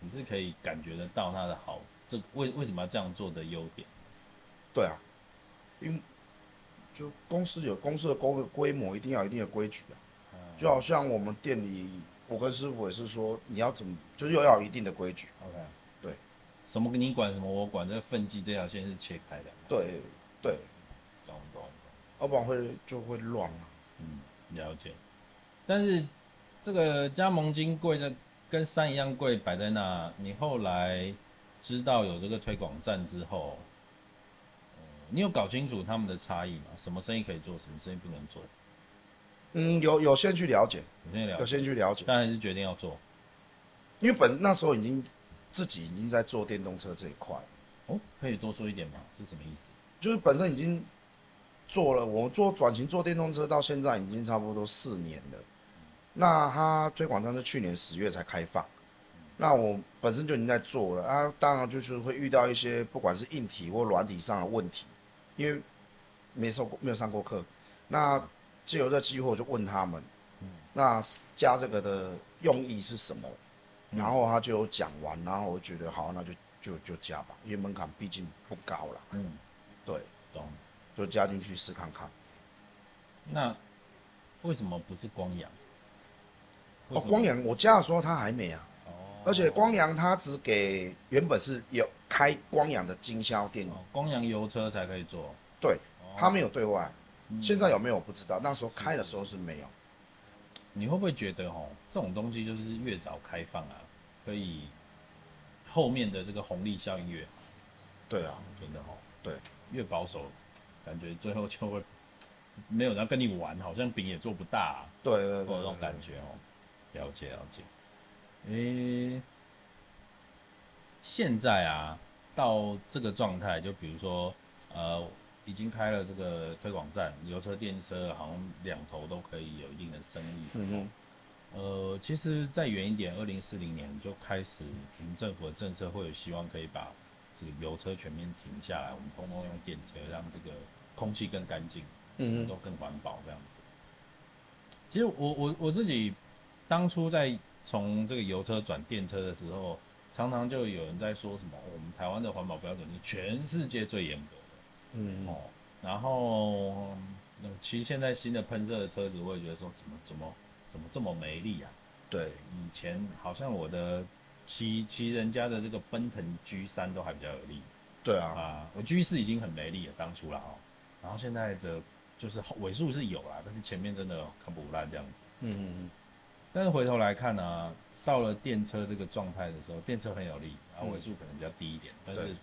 [SPEAKER 2] 你是可以感觉得到它的好，这为为什么要这样做的优点？
[SPEAKER 3] 对啊，因为就公司有公司的规规模，一定要有一定的规矩啊。就好像我们店里，我跟师傅也是说，你要怎么，就是要有一定的规矩。
[SPEAKER 2] OK，
[SPEAKER 3] 对，
[SPEAKER 2] 什么你管什么我管，这个分际这条线是切开的，
[SPEAKER 3] 对对，
[SPEAKER 2] 懂不懂？
[SPEAKER 3] 要不然会就会乱啊。
[SPEAKER 2] 嗯，了解。但是这个加盟金贵在跟山一样贵，摆在那。你后来知道有这个推广站之后，呃你有搞清楚他们的差异吗？什么生意可以做，什么生意不能做？
[SPEAKER 3] 嗯，有有先去了解，
[SPEAKER 2] 有些
[SPEAKER 3] 有
[SPEAKER 2] 了解，
[SPEAKER 3] 先去了解，
[SPEAKER 2] 但还是决定要做。
[SPEAKER 3] 因为本那时候已经自己已经在做电动车这一块了，
[SPEAKER 2] 哦，可以多说一点吗？是什么意思？
[SPEAKER 3] 就是本身已经做了，我做转型做电动车到现在已经差不多四年了。那它推广站是去年十月才开放，那我本身就已经在做了啊，当然就是会遇到一些不管是硬体或软体上的问题，因为没受过没有上过课，那借由这机会我就问他们，那加这个的用意是什么？然后他就有讲完，然后我就觉得好，那就就就加吧，因为门槛毕竟不高啦。
[SPEAKER 2] 嗯，
[SPEAKER 3] 对，
[SPEAKER 2] 懂。
[SPEAKER 3] 就加进去试看看。
[SPEAKER 2] 那为什么不是光阳？为
[SPEAKER 3] 哦，
[SPEAKER 2] 什么
[SPEAKER 3] 光阳我加的时候他还没啊，
[SPEAKER 2] 哦，
[SPEAKER 3] 而且光阳他只给原本是有开光阳的经销店，
[SPEAKER 2] 哦光阳油车才可以做。
[SPEAKER 3] 对
[SPEAKER 2] 哦
[SPEAKER 3] 他没有对外。
[SPEAKER 2] 嗯
[SPEAKER 3] 现在有没有我不知道，那时候开的时候是没有。
[SPEAKER 2] 你会不会觉得哦，这种东西就是越早开放啊，可以后面的这个红利效应越好，
[SPEAKER 3] 对啊，
[SPEAKER 2] 我觉得哦，
[SPEAKER 3] 对，
[SPEAKER 2] 越保守，感觉最后就会没有人要跟你玩，好像饼也做不大、啊，
[SPEAKER 3] 对对对
[SPEAKER 2] 会有这
[SPEAKER 3] 对
[SPEAKER 2] 种感觉哦。了解了解，诶、现在啊，到这个状态，就比如说呃，已经开了这个推广站，油车、电车好像两头都可以有一定的生意，
[SPEAKER 3] 嗯哼，
[SPEAKER 2] 呃，其实再远一点，二零四零年就开始，我们政府的政策会有希望可以把这个油车全面停下来，我们通通用电车，让这个空气更干净，
[SPEAKER 3] 嗯
[SPEAKER 2] 都更环保这样子。其实我我我自己当初在从这个油车转电车的时候，常常就有人在说什么，哦我们台湾的环保标准是全世界最严格的。
[SPEAKER 3] 嗯，
[SPEAKER 2] 哦，然后、嗯其实现在新的喷射的车子，我也觉得说怎么怎么怎么这么没力啊！
[SPEAKER 3] 对，
[SPEAKER 2] 以前好像我的骑骑人家的这个奔腾 G 三都还比较有力
[SPEAKER 3] 对啊，
[SPEAKER 2] 啊，我 G 四已经很没力了，当初啦哦，然后现在的就是后尾数是有啦，但是前面真的看不烂这样子。
[SPEAKER 3] 嗯，
[SPEAKER 2] 但是回头来看呢、啊到了电车这个状态的时候，电车很有力啊，
[SPEAKER 3] 嗯
[SPEAKER 2] 尾数可能比较低一点，但
[SPEAKER 3] 对
[SPEAKER 2] 是，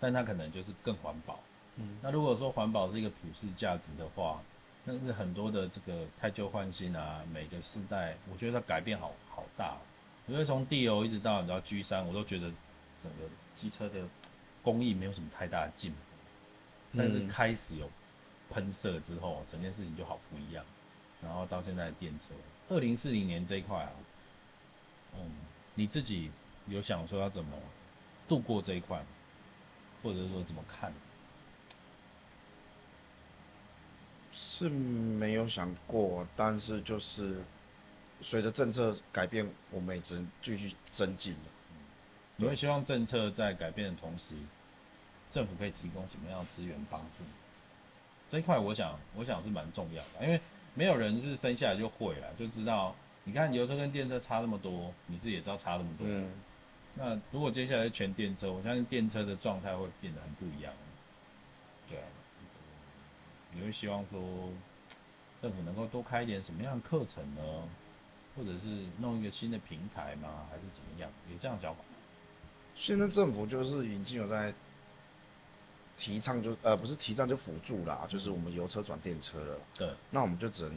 [SPEAKER 2] 但它可能就是更环保。
[SPEAKER 3] 嗯
[SPEAKER 2] 那如果说环保是一个普世价值的话，但是很多的这个太旧换新啊，每个世代，我觉得它改变好好大、哦。因为从 D O 一直到你知道 G 三，我都觉得整个机车的工艺没有什么太大的进步，但是
[SPEAKER 3] 嗯
[SPEAKER 2] 开始有喷射之后，整件事情就好不一样。然后到现在的电车，二零四零年这一块啊，嗯，你自己有想说要怎么度过这一块吗，或者是说怎么看？
[SPEAKER 3] 是没有想过，但是就是随着政策改变，我们也只能继续增进了。
[SPEAKER 2] 你会希望政策在改变的同时，政府可以提供什么样的资源帮助你？这一块我想，我想是蛮重要的，因为没有人是生下来就会了，就知道。你看油车跟电车差那么多，你自己也知道差那么多。
[SPEAKER 3] 嗯，
[SPEAKER 2] 那如果接下来是全电车，我相信电车的状态会变得很不一样。对啊，你会希望说，政府能够多开一点什么样的课程呢？或者是弄一个新的平台吗？还是怎么样？有这样的想法？
[SPEAKER 3] 现在政府就是已经有在提倡就，呃不是提倡就辅助啦，就是我们油车转电车了。
[SPEAKER 2] 对。
[SPEAKER 3] 那我们就只能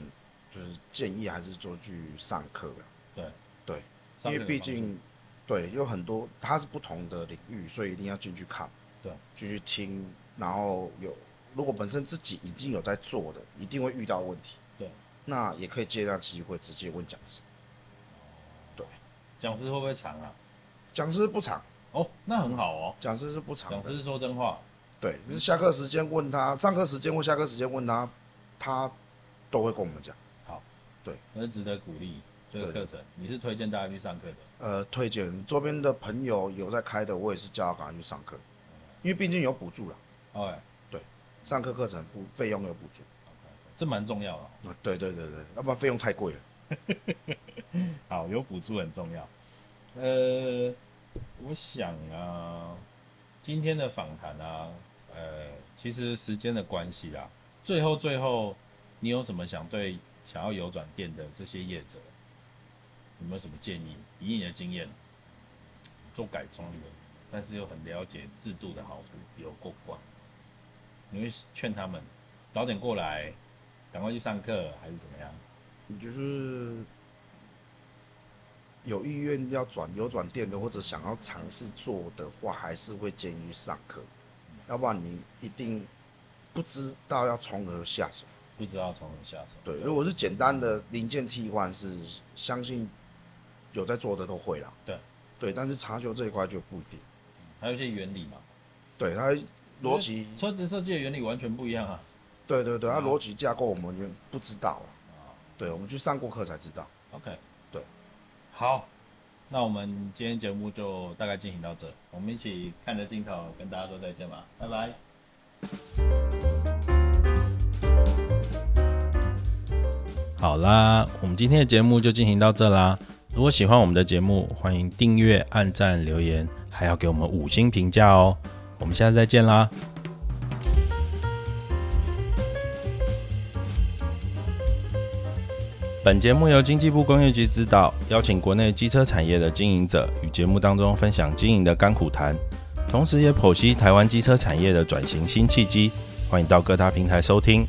[SPEAKER 3] 就是建议还是说去上课了，
[SPEAKER 2] 对
[SPEAKER 3] 对，
[SPEAKER 2] 上课
[SPEAKER 3] 因为
[SPEAKER 2] 的
[SPEAKER 3] 毕
[SPEAKER 2] 方式
[SPEAKER 3] 竟对有很多它是不同的领域，所以一定要进去看，
[SPEAKER 2] 对，
[SPEAKER 3] 进去听，然后有如果本身自己已经有在做的，一定会遇到问题，
[SPEAKER 2] 对，
[SPEAKER 3] 那也可以借这样机会直接问讲师，
[SPEAKER 2] 讲师会不会长啊？
[SPEAKER 3] 讲师不长，
[SPEAKER 2] 哦，那很好哦，
[SPEAKER 3] 讲师是不长
[SPEAKER 2] 讲
[SPEAKER 3] 嗯的，
[SPEAKER 2] 师说真话，
[SPEAKER 3] 对，就是下课时间问他，上课时间或下课时间问他，他都会跟我们讲，
[SPEAKER 2] 那是值得鼓励。这个课
[SPEAKER 3] 对
[SPEAKER 2] 程你是推荐大家去上课的，
[SPEAKER 3] 呃，推荐周边的朋友有在开的，我也是叫他赶快去上课，因为毕竟有补助啦。
[SPEAKER 2] 哦哎，
[SPEAKER 3] 上课课程不费用有补助
[SPEAKER 2] 这蛮重要的哦。
[SPEAKER 3] 啊，对对对对，要不然费用太贵了。
[SPEAKER 2] 好，有补助很重要。呃，我想啊，今天的访谈啊，呃，其实时间的关系啦，最后最后，你有什么想对想要有转店的这些业者，有没有什么建议？以你的经验，做改装的，但是又很了解制度的好处，有过关，你会劝他们早点过来，赶快去上课，还是怎么样？
[SPEAKER 3] 你就是有意愿要转有转店的，或者想要尝试做的话，还是会建议上课，要不然你一定不知道要从何下手。
[SPEAKER 2] 不知道从何下手。
[SPEAKER 3] 对，如果是简单的零件替换，是相信有在做的都会啦。
[SPEAKER 2] 对，
[SPEAKER 3] 对，但是查询这一块就不一定。
[SPEAKER 2] 还有一些原理嘛，
[SPEAKER 3] 对，它逻辑，
[SPEAKER 2] 车子设计的原理完全不一样啊。
[SPEAKER 3] 对对对，它
[SPEAKER 2] 嗯
[SPEAKER 3] 逻辑架构我们原不知道
[SPEAKER 2] 啊
[SPEAKER 3] 啊。对，我们去上过课才知道。
[SPEAKER 2] OK，
[SPEAKER 3] 对，
[SPEAKER 2] 好，那我们今天节目就大概进行到这，我们一起看着镜头跟大家说再见吧，拜拜。好啦，我们今天的节目就进行到这啦。如果喜欢我们的节目，欢迎订阅、按赞、留言，还要给我们五星评价哦。我们下次再见啦。本节目由经济部工业局指导，邀请国内机车产业的经营者与节目当中分享经营的甘苦谈，同时也剖析台湾机车产业的转型新契机。欢迎到各大平台收听，